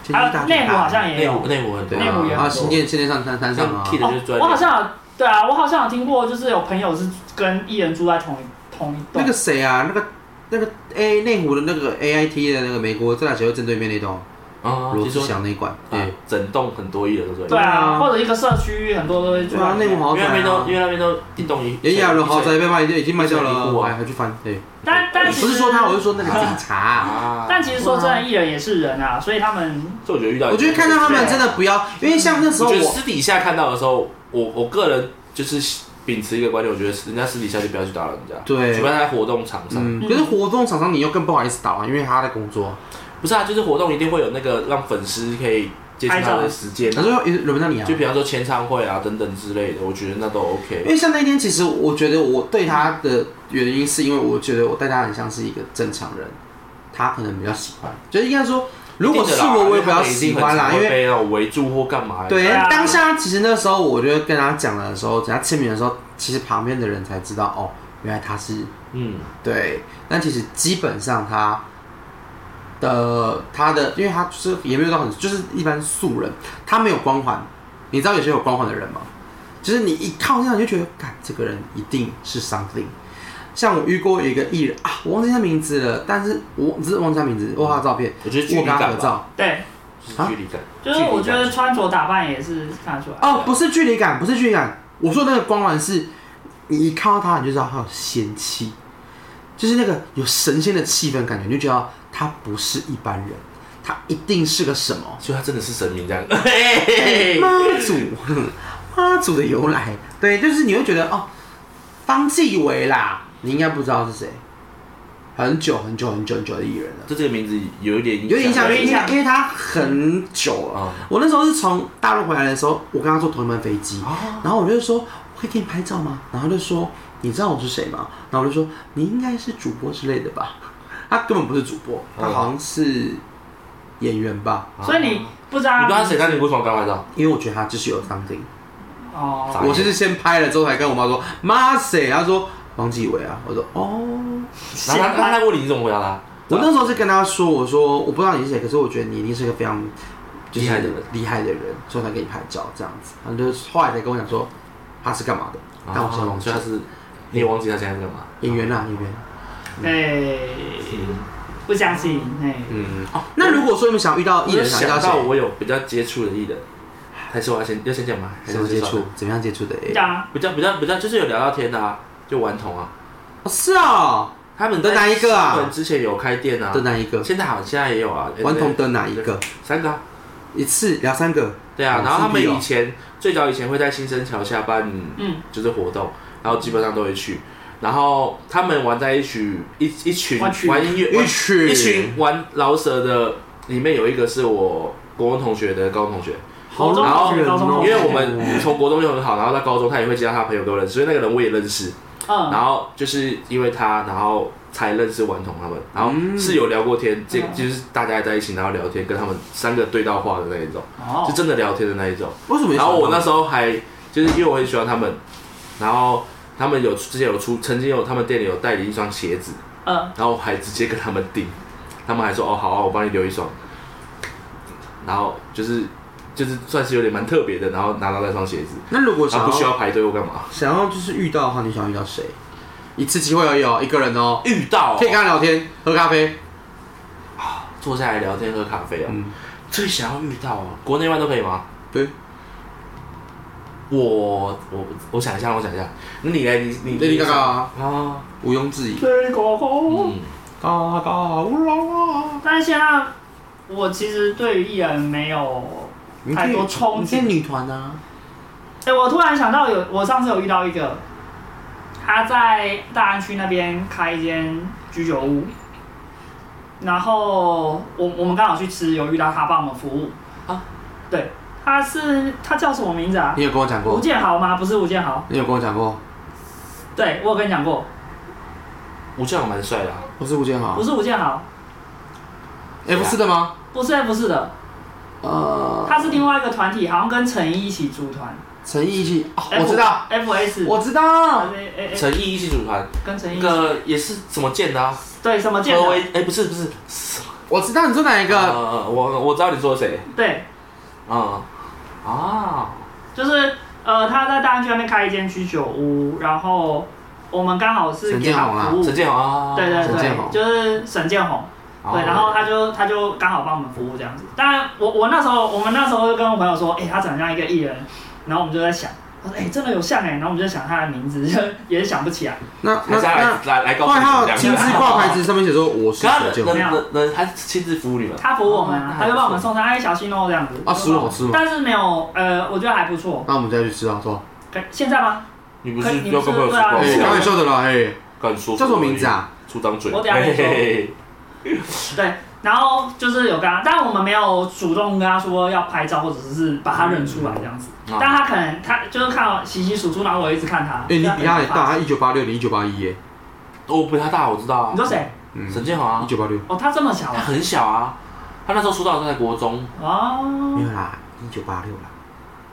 S1: 新
S3: 还
S1: 店大
S3: 有内湖好像也
S2: 啊内
S3: 有
S2: 湖。内湖很多
S1: 对
S3: 内湖
S1: 啊，
S3: 也有
S1: 然后新店新店上山山上
S2: 像
S1: 啊
S2: Kid 就是住在
S3: 我好像有对啊，我好像有听过，就是有朋友是跟艺人住在同一同一栋。
S1: 那个谁啊，那个那个 A 内湖的那个 AIT 的那个美国在大学正对面那栋
S2: 啊，
S1: 罗
S2: 其
S1: 志
S2: 实
S1: 祥那一馆，
S2: 对
S1: 对，，
S2: 整栋很多亿的都对。
S3: 对啊，
S1: 对啊
S3: 或者一个社区很多都会住
S1: 对啊，内湖
S3: 在。
S1: 豪
S2: 因为
S1: 宅
S2: 那边都，
S1: 啊，
S2: 因为那边都一栋一，
S1: 也有的豪宅被卖掉，已经卖掉
S2: 一层一户
S1: 了，
S2: 啊
S1: 还还去翻，对，
S3: 但但
S1: 我
S3: 其实
S1: 不是说他，我是说那个警察。
S2: 啊。
S3: 但其实说真的，艺人也是人啊，所以他们
S2: 这我觉得遇到，
S1: 我觉得看到他们真的不要，因为像那时
S2: 我
S1: 候
S2: 觉得
S1: 我
S2: 私底下看到的时候，我我个人就是秉持一个观点，我觉得人家私底下就不要去打扰人家，
S1: 对
S2: 除非他在活动场上，
S1: 嗯，可是活动厂商你又更不好意思打啊完，因为他在工作，
S2: 不是啊，就是活动一定会有那个让粉丝可以接触他的时间
S1: 可，是又轮不到你啊
S2: 嗯就。比方说签唱会啊等等之类的，我觉得那都 OK
S1: 因。为像那天，其实我觉得我对他的原因，是因为我觉得我对他很像是一个正常人，他可能比较喜欢，就是应该说，如果是我，我也比较喜欢啦，因为。
S2: 被那种围住或干嘛。
S1: 对
S3: 对啊，
S1: 当下其实那时候，我就跟他讲了的时候，等他签名的时候，其实旁边的人才知道哦，原来他是
S2: 嗯，
S1: 对。但其实基本上他的他的，因为他就是也没有到很，就是一般素人，他没有光环。你知道有些有光环的人吗？就是你一靠近他，你就觉得，干这个人一定是 something。像我遇过一个艺人啊，我忘记他名字了，但是我只是忘记他名字，我有他的照片，
S2: 我觉得
S1: 我
S2: 距
S1: 有
S2: 离
S1: 跟他
S2: 感
S1: 合
S2: 吧，
S1: 照。啊
S3: 对，
S2: 就是距离感。
S3: 就是我觉得穿着打扮也是看得出来。
S1: 哦，不是距离感，不是距离感。我说的那个光环是，你一看到他，你就知道他有仙气，就是那个有神仙的气氛感觉，你就觉得他不是一般人，他一定是个什么
S2: 所以他真的是神明这样。
S1: 妈祖， 妈祖的由来。对，就是你会觉得哦，方继伟啦，你应该不知道是谁，很久很久很久很久的艺人了，
S2: 就这个名字有一点影
S1: 有点印象，
S3: 有
S1: 因为
S3: 点印象
S1: 因为他很久了。
S2: 啊。
S1: 我那时候是从大陆回来的时候，我跟他坐同一班飞机，
S2: 哦
S1: 然后我就说，我可以给你拍照吗？然后他就说，你知道我是谁吗？然后我就说，你应该是主播之类的吧？ 他根本不是主播，他好像是演员吧？
S3: 所以你不知道
S2: 你不知道他
S3: 他
S2: 谁，但你为什么跟他拍照？
S1: 因为我觉得他就是有 something。
S3: 哦，
S2: 傻眼
S1: 我就是先拍了之后才跟我妈说，妈谁？她说王继伟啊。我说哦，
S2: 然后他他他问你你怎么回答他？
S1: 我那时候是跟他说，我说我不知道你是谁，可是我觉得你一定是个非常就是
S2: 厉害的人
S1: 厉害的人，所以我才给你拍照这样子。然后就是后来才跟我讲说他是干嘛的，但我现在
S2: 哦
S1: 忘记
S2: 所以
S1: 了啊
S2: 他是你也忘记他现在在干嘛？
S1: 演员啦，演员。
S3: 对，
S2: 嗯
S3: 哎不相信，哎、
S2: 嗯，哦，
S1: 那如果说你们想遇到艺
S2: 我
S1: 人，想遇
S2: 想
S1: 到
S2: 到
S1: 谁？
S2: 我有比较接触的艺人，还是我要先要先讲吗？
S1: 怎
S2: 还是
S1: 么
S2: 我先
S1: 接
S2: 说
S1: 触？怎么样接触的？哎
S3: 对啊，
S2: 比较比较比较，就是有聊到天的啊，就顽童啊，
S1: 哦是哦，
S2: 他们
S1: 的哪一个啊
S2: 他们之前有开店啊
S1: 的，哪一个？
S2: 现在好像现在也有啊，
S1: 顽童
S2: 对
S1: 的哪一个？
S2: 三个啊，
S1: 一次聊三个，
S2: 对啊
S1: 哦，
S2: 然后他们
S1: 是哦
S2: 以前最早以前会在新生桥下办
S3: 嗯，
S2: 就是活动，然后基本上都会去，然后他们玩在一起一一群
S3: 玩群
S2: 玩音乐
S1: 一群
S2: 一群玩老舍的，里面有一个是我国中同学的高中同学，
S1: 好
S3: 高中
S1: 老
S3: 同学
S1: 人
S3: 高中
S1: 哦
S2: 因
S3: 同学
S2: 为我们从国中就很好，然后到高中他也会介绍他朋友给我认识，所以那个人我也认识。
S3: 嗯，
S2: 然后就是因为他，然后才认识顽童他们，然后是有聊过天，这
S3: 嗯
S2: 就是大家在一起，然后聊天，跟他们三个对到话的那一种，
S3: 哦
S2: 是，真的聊天的那一种。
S1: 为什么？
S2: 然后我那时候还就是因为我很喜欢他们，然后他们有之前有出，曾经有他们店里有代理一双鞋子，
S3: 嗯，
S2: 然后我还直接跟他们订，他们还说哦好啊，我帮你留一双，然后就是就是算是有点蛮特别的，然后拿到那双鞋子，
S1: 那如果
S2: 然
S1: 想
S2: 啊后不需
S1: 要
S2: 要排队或干嘛，
S1: 想要就是遇到的话，你想要遇到谁？一次机会而已哦，一个人哦，
S2: 遇到、哦、
S1: 可以跟他聊天、喝咖啡。
S2: 坐下来聊天喝咖啡哦，
S1: 嗯，
S2: 最想要遇到哦，国内外都可以吗？
S1: 对，
S2: 我我我想一下，我想一下，那你来你你
S1: Lady Gaga 啊
S2: 啊，
S1: 毋庸置疑。
S3: 对，狗狗。
S2: 嗯，
S1: 嘎嘎乌啦啦，
S3: 但是现在我其实对于艺人没有
S1: 你可
S3: 太
S1: 以
S3: 多憧
S1: 你可以
S3: 憬。
S1: 女团啊，
S3: 哎、我突然想到有，我上次有遇到一个，他在大安区那边开一间居酒屋，然后我我们刚好去吃，有遇到他帮我们服务
S2: 啊。
S3: 对，他是他叫什么名字啊？
S1: 你有跟我讲
S3: 吴
S1: 过，
S3: 建豪吗？不是吴建豪，
S1: 你有跟我讲过，
S3: 对我有跟你讲过，
S2: 吴建豪蛮帅的啊、
S1: 我是吴建豪
S3: 不，是吴建豪，
S1: 哎，不是的吗？
S3: 不是不是的，
S1: 呃，
S3: 他是另外一个团体，好像跟陈毅一起组团。
S1: 陈奕迅，哦
S2: 哎
S1: 我知道，
S3: ，FS，
S1: 我知道，
S2: 陈毅一起组团，
S3: 跟哎陈毅
S2: 那
S3: 一起
S2: 个也是怎么建的啊？
S3: 对什么建
S2: 何
S3: 的？
S2: 为？哎、不是不是，是
S1: 我知道，你说哪一个？
S2: 呃，我我知道你说谁，
S3: 对，
S2: 嗯，啊，
S3: 就是呃，他在大安区那边开一间居酒屋，然后我们刚好是
S1: 沈
S3: 给
S1: 建
S3: 他
S1: 宏啊
S3: 服务，
S2: 陈建宏啊，
S3: 哦对对
S1: 沈建宏
S3: 对，就是沈建宏，
S2: 哦
S3: 对，然后他就他就刚好帮我们服务这样子。当然，我我那时候我们那时候就跟我朋友说，哎、他长得像一个艺人，然后我们就在想，我说哎、真的有像哎、然后我们就想他的名字， 也想不起来。
S1: 那
S2: 还
S1: 那
S2: 是他
S1: 那
S2: 来。来来告
S1: 后
S2: 诉
S1: 来他有
S2: 你
S1: 亲
S2: 们
S1: 自
S2: 两个，
S1: 挂 牌子，上面写说我是
S2: 可他
S1: 沈建宏。
S2: 能能能能他亲自服务你们，
S3: 他服务我们
S2: 哦
S3: 啊，
S2: 那还不错
S3: 他就帮我们送餐，哎，小心哦这样子。
S1: 啊，吃了好吃吗？
S3: 但是没有，呃，我觉得还不错。
S1: 那我们再去吃啊，说，
S3: 可现在吗？
S2: 你不
S3: 可
S2: 是
S3: 你
S2: 要
S3: 不
S2: 跟
S3: 是
S2: 朋友
S3: 对啊
S1: 哎
S3: 我知，道
S1: 刚才
S2: 说
S1: 说的了，哎，
S2: 敢说
S1: 叫什么名字？啊？
S2: 出张嘴，
S3: 我等下跟你说
S2: 嘿嘿嘿
S3: 对，然后就是有跟他，但我们没有主动跟他说要拍照，或者是把他认出来这样子。
S2: 啊
S3: 但他可能他就是看我稀稀疏疏，然后我一直看他。
S1: 嗯哎，你比他还大，
S3: 就可能没发现。
S1: 他一九八六，你一九八一耶，
S2: 我比他大，我知道啊。
S3: 你说？谁？
S1: 嗯，
S2: 沈建宏
S1: 一
S2: 啊，
S1: 九八六，
S3: 哦，他这么小
S2: 他
S3: 啊？
S2: 很小啊，他那时候出道的时候在国中，
S1: 没
S3: 哦，
S1: 有啦，一九八六啦，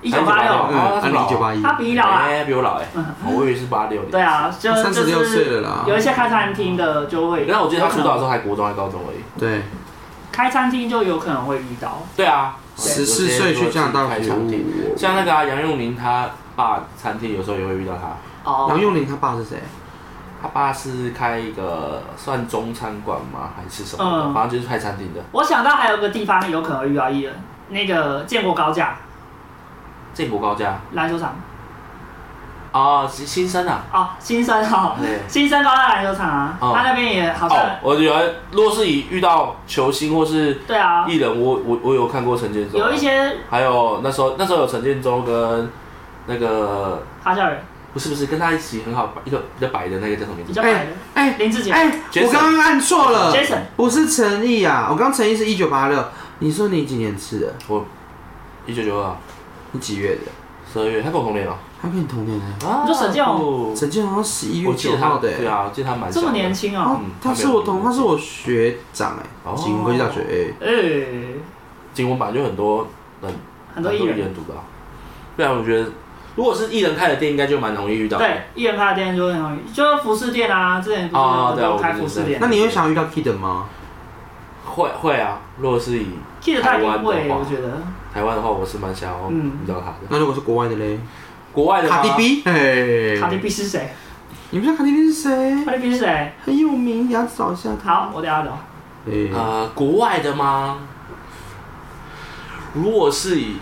S3: 一九八
S2: 1986
S3: 六，
S1: 嗯，啊，
S2: 哦他是
S1: 你
S2: 老
S1: 一九八一，
S3: 他比你老啊。
S2: 哎，比我老哎，我以为是八六年。
S3: 对啊，就
S1: 三十
S3: 就
S1: 六岁
S3: 是
S1: 了啊啦
S3: 有，一些开餐厅的就会，
S2: 但我记得他出道的
S3: 有可
S2: 时候还国中还高中而已。
S1: 对，
S3: 能开餐厅就有可能会遇到。
S2: 对啊，
S1: 十四岁去加拿大
S2: 开
S1: 学
S2: 餐厅，
S1: 舞，
S2: 像那个啊杨佑宁他爸餐厅有时候也会遇到他，
S1: 杨
S3: 哦，
S1: 佑宁他爸是谁？
S2: 他爸是开一个算中餐馆吗还是什么的，
S3: 嗯
S2: 反正就是开餐厅的。
S3: 我想到还有个地方有可能会遇到艺人，那个建国高架
S2: 建国高架
S3: 篮球场
S2: 啊，新新生啊，
S3: 哦，新生哈、
S2: 对
S3: 新生高架篮球场啊，
S2: 哦
S3: 他那边也好像、
S2: 哦，我觉得如果是以遇到球星或是
S3: 对啊，
S2: 艺人，我我我有看过陈建州，
S3: 有一些
S2: 还有那时候那时候有陈建州跟那个
S3: 哈校人
S2: 不是不是跟他一起很好一个比较白的那个叫什么名
S3: 比
S2: 字？
S3: 较白的，
S1: 哎
S3: 林志杰、
S1: 哎，
S2: Jason
S1: 我刚刚按错了
S3: Jason
S1: 不是陈毅啊，我刚陈毅是一九八六，你说你几年吃的？
S2: 一九九二啊
S1: 你几月的？
S2: 十二月，他跟我同年哦。
S1: 他跟你同年呢，
S2: 啊
S3: 你说沈建宏
S2: 哦
S1: 陈建好像十一月
S2: 我记
S1: 九
S2: 得他
S1: 号的，
S2: 对啊，我记得他蛮小
S3: 这
S2: 的
S3: 么年轻哦、
S1: 哦他是我同，他是我学长哎，
S2: 哦
S1: 景辉大学欸
S3: 哎、
S2: 景文版就很多人
S3: 很多艺人，
S2: 人读的啊，对啊，我觉得如果是艺人开的店，应该就蛮容易遇到的。
S3: 对，艺人开的店就很容易，就是服饰店啊，之前不是
S2: 哦
S3: 很
S2: 对啊
S3: 多
S2: 我
S3: 开
S2: 知
S3: 服饰
S1: 哎，
S3: 店
S1: 那你会想要遇到 Kid 吗？
S2: 会会啊，如果是以
S3: ，Kid 太
S2: 台湾
S3: 定
S2: 的
S3: 位，
S2: 话
S3: 我觉得
S2: 台湾的话，我是蛮想要
S3: 嗯
S2: 遇到他的。
S1: 那如果是国外的嘞？
S2: 国外的话
S1: 卡迪 B，嘿，
S3: 卡迪 B 是谁？
S1: 你不知道卡迪 B 是谁？
S2: 哎
S3: 卡迪 B 是谁？
S1: 很有名，你要找一下他。
S3: 好，我等一下聊。
S1: 诶、
S2: 呃，国外的吗？如果是以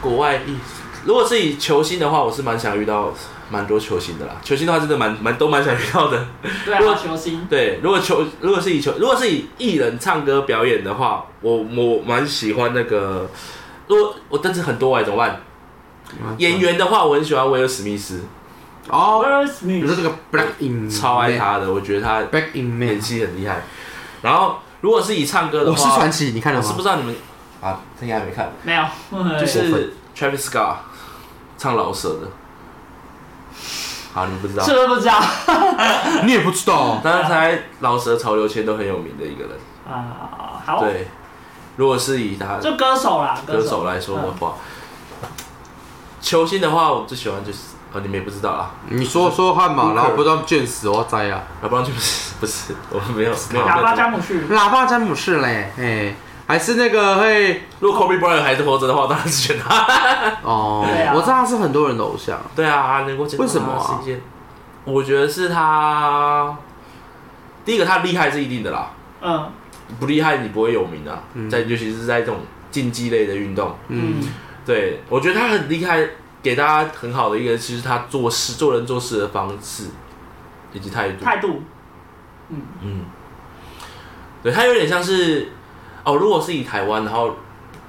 S2: 国外艺，如果是以球星的话，我是蛮想遇到蛮多球星的啦。球星的话，真的蛮蛮都蛮想遇到的。
S3: 对啊，球星，
S2: 对，如果球如果是以球，如果是以艺人唱歌表演的话，我我蛮喜欢那个。如果我但是很多哎、怎么办？演员的话，我很喜欢威尔史密斯，
S1: 哦，
S3: 威尔
S1: 你
S3: 史
S1: 说这个 Black in
S2: 超爱他的，我觉得他
S1: Black in
S2: 演
S1: Man，
S2: 技很厉害。然后如果是以唱歌的
S1: 我哦是
S2: 话，
S1: 传奇，你看了
S2: 我是不
S1: 吗？
S2: 知道你们啊，应该还没看。
S3: 没有，
S2: 就
S1: 过
S2: 是
S1: 分
S2: Travis Scott 唱老舍的。好，你们不知道，
S3: 是不是不知道
S1: 你也不知道，
S2: 但是他在老舍潮流圈都很有名的一个人。
S3: 啊？
S1: 哦
S3: 好，
S2: 对，如果是以他
S3: 就歌手嗯啦，
S2: 歌手来说的话，球星的话，我最喜欢就是哦，你们也不知道啊，
S1: 你说说看嘛，然后不知道见死我栽啊，
S2: 要不然就不是不是，我们没有没有。
S3: 喇叭詹姆士，
S1: 喇叭詹姆士嘞，哎、还是那个会
S2: 如果 Kobe Bryant 还是活着的话，当然是 选他。
S1: 哦、
S3: 对啊
S1: 我知道他是很多人的偶像，
S2: 对啊，能够见到
S1: 为什么
S2: 他
S1: 啊
S2: 是一件，我觉得是他第一个他厉害是一定的啦，
S3: 嗯
S2: 不厉害你不会有名啊，
S1: 嗯
S2: 在尤其是在这种竞技类的运动，
S1: 嗯
S3: 嗯，
S2: 对我觉得他很厉害，给大家很好的一个其实他做事、做人做事的方式以及态度，
S3: 态度，嗯，
S2: 嗯，对他有点像是哦，如果是以台湾，然后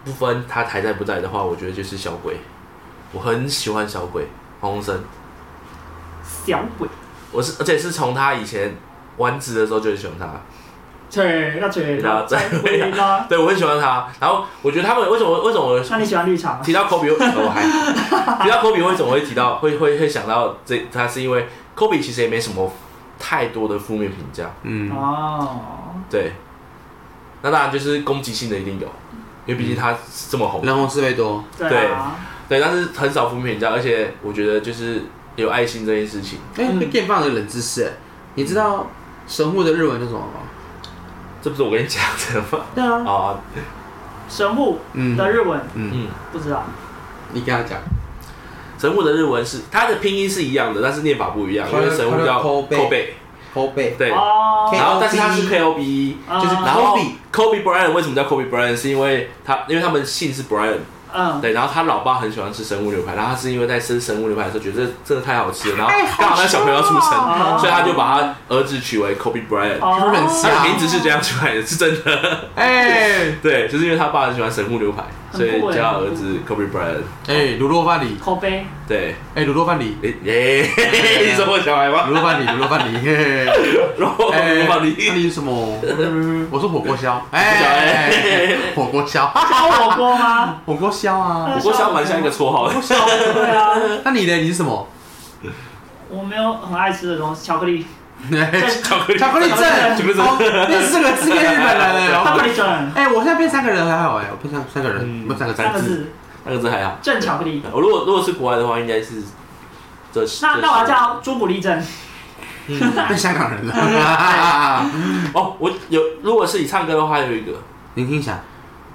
S2: 不分他还在不在的话，我觉得就是小鬼，我很喜欢小鬼黄鸿升，
S3: 小鬼，
S2: 我是而且是从他以前玩职的时候就很喜欢他，
S3: 吹啦吹啦，再回啦。
S2: 对我很喜欢他，然后我觉得他们为什么为什么我
S3: 那你喜欢绿茶吗？
S2: 提到科比，我还提到科比为什么会提到会会会想到这他是因为科比其实也没什么太多的负面评价，
S1: 嗯，
S3: 哦，
S2: 对，那当然就是攻击性的一定有，因为毕竟他这么红，
S1: 人红是非多，
S3: 对啊，
S2: 对，但是很少负面评价，而且我觉得就是有爱心这件事情，
S1: 哎、
S3: 嗯
S1: 会电放的冷知识、哎你知道神户的日文叫什么吗？
S2: 这不是我跟你讲的吗？
S1: 对啊，
S2: 啊，
S3: 神户
S1: 嗯
S3: 的日文
S1: 嗯，
S2: 嗯，
S3: 不知道，
S1: 你跟他讲，
S2: 神户的日文是它的拼音是一样的，但是念法不一样，因为神户叫
S1: Kobe
S2: Kobe，
S1: 后背，
S2: 对，
S3: 哦，啊嗯
S2: 然后但是它是 K O B E。
S1: 就是
S2: 然后
S1: Kobe
S2: Kobe Bryant 为什么叫 Kobe Bryant？是因为他，因为他们姓是 Bryant，
S3: 嗯，
S2: 对，然后他老爸很喜欢吃神户牛排，然后他是因为在吃神户牛排的时候觉得这真的太好吃了，然
S1: 哎
S2: 后刚好那小朋友要出生，
S1: 啊
S3: 哦
S2: 所以他就把他儿子取为 Kobe Bryant，
S3: 哦
S1: 是不是很
S2: 他
S1: 像
S2: 的名字是这样出来的，是真的。
S1: 哎、
S2: 对，就是因为他爸很喜欢神户牛排，
S3: 很
S2: 所以
S3: 酷欸
S2: 叫儿子 Kobe Bryant。
S1: 哎，卤肉饭里，
S3: 口碑，
S2: 对，
S1: 哎，卤肉饭里，
S2: 诶耶，你是我小孩
S1: 卤
S2: 吗？
S1: 肉饭里，卤肉饭里，嘿嘿嘿。
S2: 然后
S1: 哎，
S2: 放你，
S1: 那你是什 么？我说火锅烧，
S2: 哎
S1: 哎，火锅烧，
S3: 烧火 锅吗？
S1: 火锅烧啊
S2: 不。过相蛮像一个绰号的，
S1: 哎
S3: 对啊，
S1: 那你呢？你是什么？
S3: 我没有很爱吃的东西，巧克力，
S2: 巧克 力，
S1: 巧克力镇，
S2: 巧克力镇
S1: 哦变四个字变日本人 了。
S3: 巧克力卷，
S1: 哎，我现在变三个人还好哎，我变三三个人，
S2: 嗯
S1: 不三个
S3: 三
S1: 三
S3: 个
S1: 个字。
S3: 字，
S2: 那个字还好。
S3: 正巧克力。
S2: 我如果如果是国外的话，应该是这。
S3: 那
S2: 这
S3: 那我要叫朱古力镇，
S1: 变香港人了。
S2: 哦，我有，如果是以唱歌的话，有一个
S1: 聆听一下，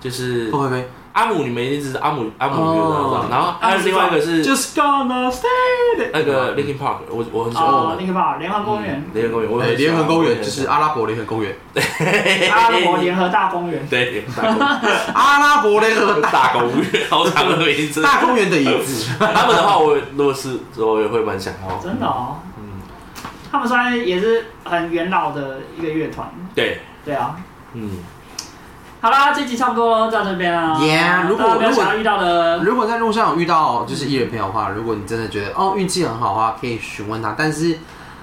S2: 就是
S1: 会不会？
S2: 阿姆，你们一定知道阿姆阿姆乐的那
S1: 哦
S2: 种，然后还有另外一个是
S1: Just gonna stay。
S2: 那个 Linkin Park，我我很喜欢
S3: 哦
S2: 我，
S3: 那
S2: 们
S3: 个吧，联合公园，
S2: 联合公园，我
S1: 哎，
S2: 很喜
S1: 联
S2: 欢
S1: 合公园
S2: 我
S1: 就
S2: 很喜
S1: 是
S2: 欢
S1: 阿拉伯联合公园，
S3: 阿拉伯联合大公园，
S2: 对大公
S1: 阿拉伯联合大
S2: 大公园，好长的名字。
S1: 大公园的椅子。
S2: 他们的话，我如果是我也会蛮想要，
S3: 真的哦，
S2: 嗯，
S3: 他们算也是很元老的一个乐团，
S2: 对，
S3: 对啊。
S2: 嗯，
S3: 好啦，这集差不多到这边啦。
S1: Yeah，如果
S3: 大家没有想要遇到的，
S1: 如果在路上有遇到就是艺人朋友的话，如果你真的觉得哦运气很好的话，可以询问他，但是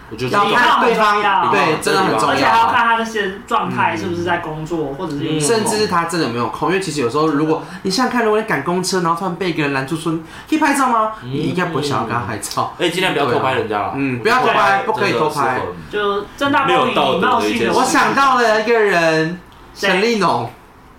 S2: 我觉得
S1: 要
S3: 礼貌
S1: 看对
S3: 很重要
S1: 方，对，真的很
S3: 而
S1: 重
S3: 且还要
S1: 要，啊
S3: 看他的现状态是不是在工作，或者是有
S2: 嗯
S1: 甚至是他真的没有空，因为其实有时候如果你想想看，如果你赶公车，然后突然被一个人拦住说可以拍照吗？
S2: 嗯
S1: 你应该不会想要跟他拍照，
S2: 哎，尽量不要偷拍人家了，
S1: 嗯不要偷拍不可以偷拍
S2: 真的是很
S3: 就正大光明、
S2: 没有
S3: 礼貌性
S2: 道德的一件
S3: 的。
S2: 事
S1: 我想到了一个人，
S3: 谁
S1: 陈立农，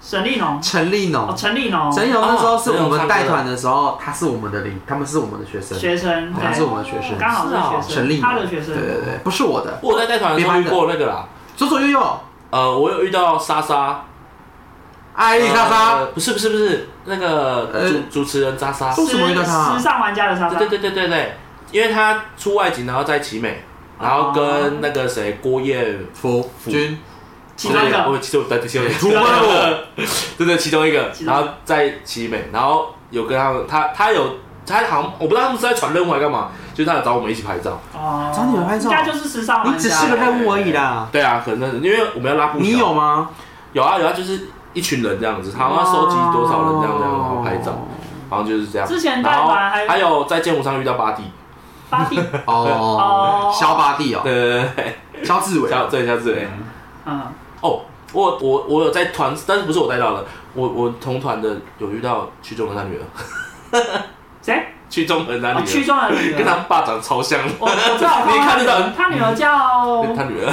S3: 沈立农，
S1: 陈立
S3: 哦，
S1: 农，
S3: 陈立农，
S1: 陈立农那时候是我
S2: 哦陈立农
S1: 们带团的时候，他是我们的领，他们是我们的学生，
S3: 学生，
S1: 他是
S3: 对，
S1: 我们的学生，啊
S3: 刚好
S2: 是哦
S3: 是学
S1: 陈立
S3: 生，
S1: 农，
S3: 他的学
S1: 对
S3: 生，
S1: 对对，不是我的，
S2: 我在带团的时候遇过那个啦，
S1: 左左右右，
S2: 呃，我有遇到莎莎。
S1: 艾丽哎莎莎。
S2: 呃不是不是不是那个
S1: 呃
S2: 主主持人渣莎，
S1: 为什么遇到他啊
S3: 时尚玩家的莎莎
S2: 对，对对对对，因为他出外景，然后在奇美，然后跟那个谁郭彦
S1: 福
S2: 福
S1: 君
S3: 哦其中一
S2: 对
S3: 个
S2: 我其实我在其中一个，
S1: 中 一个
S2: 对对，其中一个，
S3: 其中
S2: 然
S3: 一个
S2: 后在奇美，然后有跟他们，他他有他好像我不知道他们是在传任务还干嘛，就是他有找我们一起拍照。
S3: 哦，
S1: 找你们拍照
S3: 应该就是时尚玩
S1: 你只
S3: 家
S1: 是个
S3: 了。
S1: 任务而已啦。
S2: 对啊，可能因为我们要拉布条，
S1: 你有吗？
S2: 有啊有啊，就是一群人这样子，他要收集多少人这样这样，然后拍照，好像就是这样。
S3: 之前在
S2: 然后
S3: 玩还
S2: 还有在剑湖上遇到巴蒂，
S3: 芭比，
S1: 哦
S3: 哦，
S1: 肖巴蒂哦，
S2: 对对对对
S1: 肖志
S2: 对，
S1: 伟，
S2: 下对下次哎。
S3: 嗯，
S2: 哦，我我我有在团，但是不是我带到的，我我同团的有遇到屈中恒他女儿，
S3: 谁？
S2: 屈中恒他女
S3: 哦，
S2: 儿，
S3: 区中的女
S2: 跟他
S3: 儿。
S2: 爸长得超像，
S3: 我我知道，
S2: 你看得到
S3: 到他女儿叫，
S2: 他女儿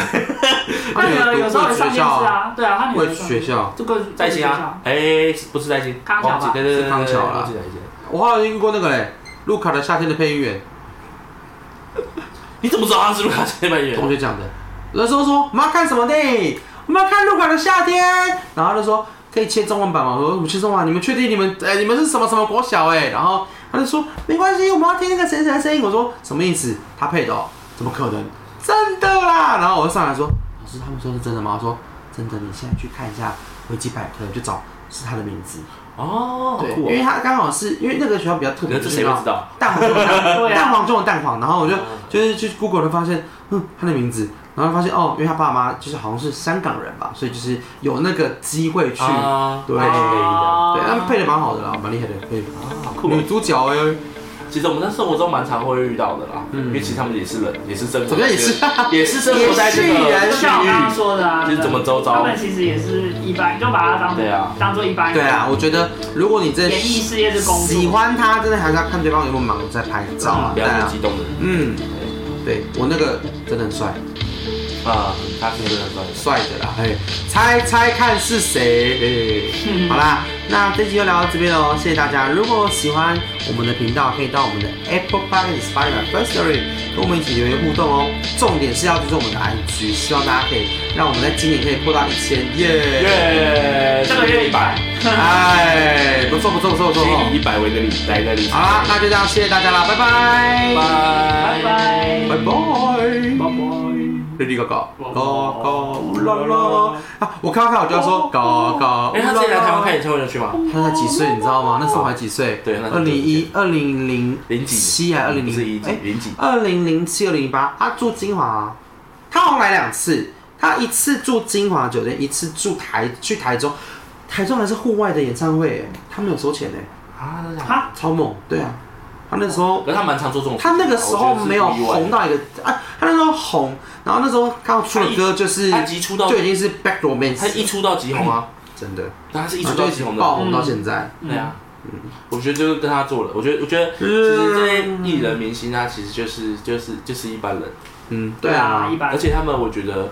S3: 他女儿有时候也上电视啊，对啊，他女儿
S1: 贵
S3: 有时候
S1: 学，校，
S3: 这个
S2: 在新啊，，哎，不是在新，
S3: 康桥吧
S2: 忘记对对对，对
S1: 是康桥啦
S2: 忘记哪一间
S1: 我好像遇过那个嘞，路卡的夏天的配音员，
S2: 你怎么知道他是卢卡斯班演
S1: 同
S2: 员？
S1: 学讲的。那时候说我们要看什么电影？我们要看《路卡的夏天》，然后他就说可以切中文版吗？我说我们切中文版，你们确定你们哎、你们是什么什么国小哎、然后他就说没关系，我们要听那个谁谁的声音。我说什么意思？他配的、哦？怎么可能？真的啦！然后我就上来说老师，他们说是真的吗？我说真的，你现在去看一下维基百科，就找是他的名字。
S2: 哦，好
S1: 对，
S2: 酷
S1: 因为
S2: 哦！
S1: 他刚好是因为那个学校比较特
S2: 你
S1: 别，
S2: 说这谁不知道？
S1: 蛋黄中的蛋
S3: 对啊
S1: 蛋黄中的蛋黄，然后我就
S2: 嗯
S1: 就是去 Google 就发现，嗯，他的名字，然后发现哦，因为他爸妈就是好像是香港人吧，所以就是有那个机会去，
S2: 啊，
S1: 对
S2: 啊
S3: 哦
S1: 对，他们配
S3: 的
S1: 的蛮好的啦，蛮厉害的，配的
S2: 好酷
S1: 女
S2: 哦！
S1: 主角哎，
S2: 其实我们在生活中蛮常会遇到的啦，
S1: 嗯
S2: 因为其实他们也是人，也是生活，
S1: 怎么样也是，
S2: 也是生活在这
S1: 也是
S2: 个
S1: 人
S3: 就
S2: 区
S3: 像我刚刚
S2: 域，
S3: 说的啊，
S2: 就是怎么周
S3: 他
S2: 遭
S3: 们，其实也是一般，就把它当
S2: 对啊
S3: 当做一般人
S1: 对啊，我觉得如果你真
S3: 演
S1: 的
S3: 艺事业是工作，
S1: 喜欢他，真的还是要看对方有没有忙在拍照啊，
S2: 不
S1: 对
S2: 要那么
S1: 啊
S2: 激，动的人
S1: 嗯，对我那个真的很帅，
S2: 啊，他是真的很帅。
S1: 帅的啦，嘿，猜猜看是谁？ 嘿好啦，那这集就聊到这边喽，谢谢大家。如果喜欢我们的频道，可以到我们的 Apple Podcast、Spotify、First Story 跟我们一起留言互动哦。重点是要追踪我们的 IG，希望大家可以让我们在今年可以破到一千耶！
S2: 耶，
S3: 这个月一百，
S1: 哎，不错不错不错不 错。
S2: 以一百为一个礼，来个礼。
S1: 好啦，那就这样，谢谢大家啦，拜拜，
S2: 拜
S3: 拜嗯拜，
S1: 拜拜。
S3: 拜。
S1: 绿绿狗狗，狗狗啦啦啊！我看到他，我就要说狗狗。
S2: 哦哎，他之前来台湾看演唱会有去吗？
S1: 他才几岁，你知道吗？那时候我还几岁？
S2: 对那时候
S1: 二零一二零零
S2: 零几
S1: 七啊还二零哎
S2: 不
S1: 零
S2: 是一几，零几？
S1: 二零零七二零零八，他住金华啊、他好像来两次，他一次住金华酒店，一次住台去台中，台中还是户外的演唱会，他没有收钱哎，
S2: 啊，真的假的
S3: 哈，
S1: 超猛，对啊，他那时候
S2: 可是他蛮常做这种事情
S1: 他
S2: 的，
S1: 那个时候
S2: 我觉得是
S1: 没有
S2: 意外
S1: 红到一个啊，他那时候红，然后那时候刚出的歌就是
S2: 他一出道
S1: 就已经是 Back
S2: 他
S1: Romance，
S2: 一出道即红啊，
S1: 真的，
S2: 他是一
S1: 一
S2: 出
S1: 就
S2: 道
S1: 一
S2: 即
S1: 直
S2: 红
S1: 爆
S2: 的，
S1: 红到现在，
S2: 对啊。嗯我觉得就是跟他做了，我觉得，我觉得其实这些艺人明星，他其实就是就是就是一般人，
S1: 嗯，对
S3: 对啊，
S1: 啊
S3: 一，般
S2: 而。且他们，我觉得，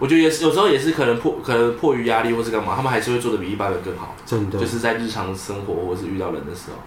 S2: 我觉得也是有时候也是可能迫可能迫于压力或是干嘛，他们还是会做的比一般人更好，
S1: 真的
S2: 就。是在日常生活或是遇到人的时候，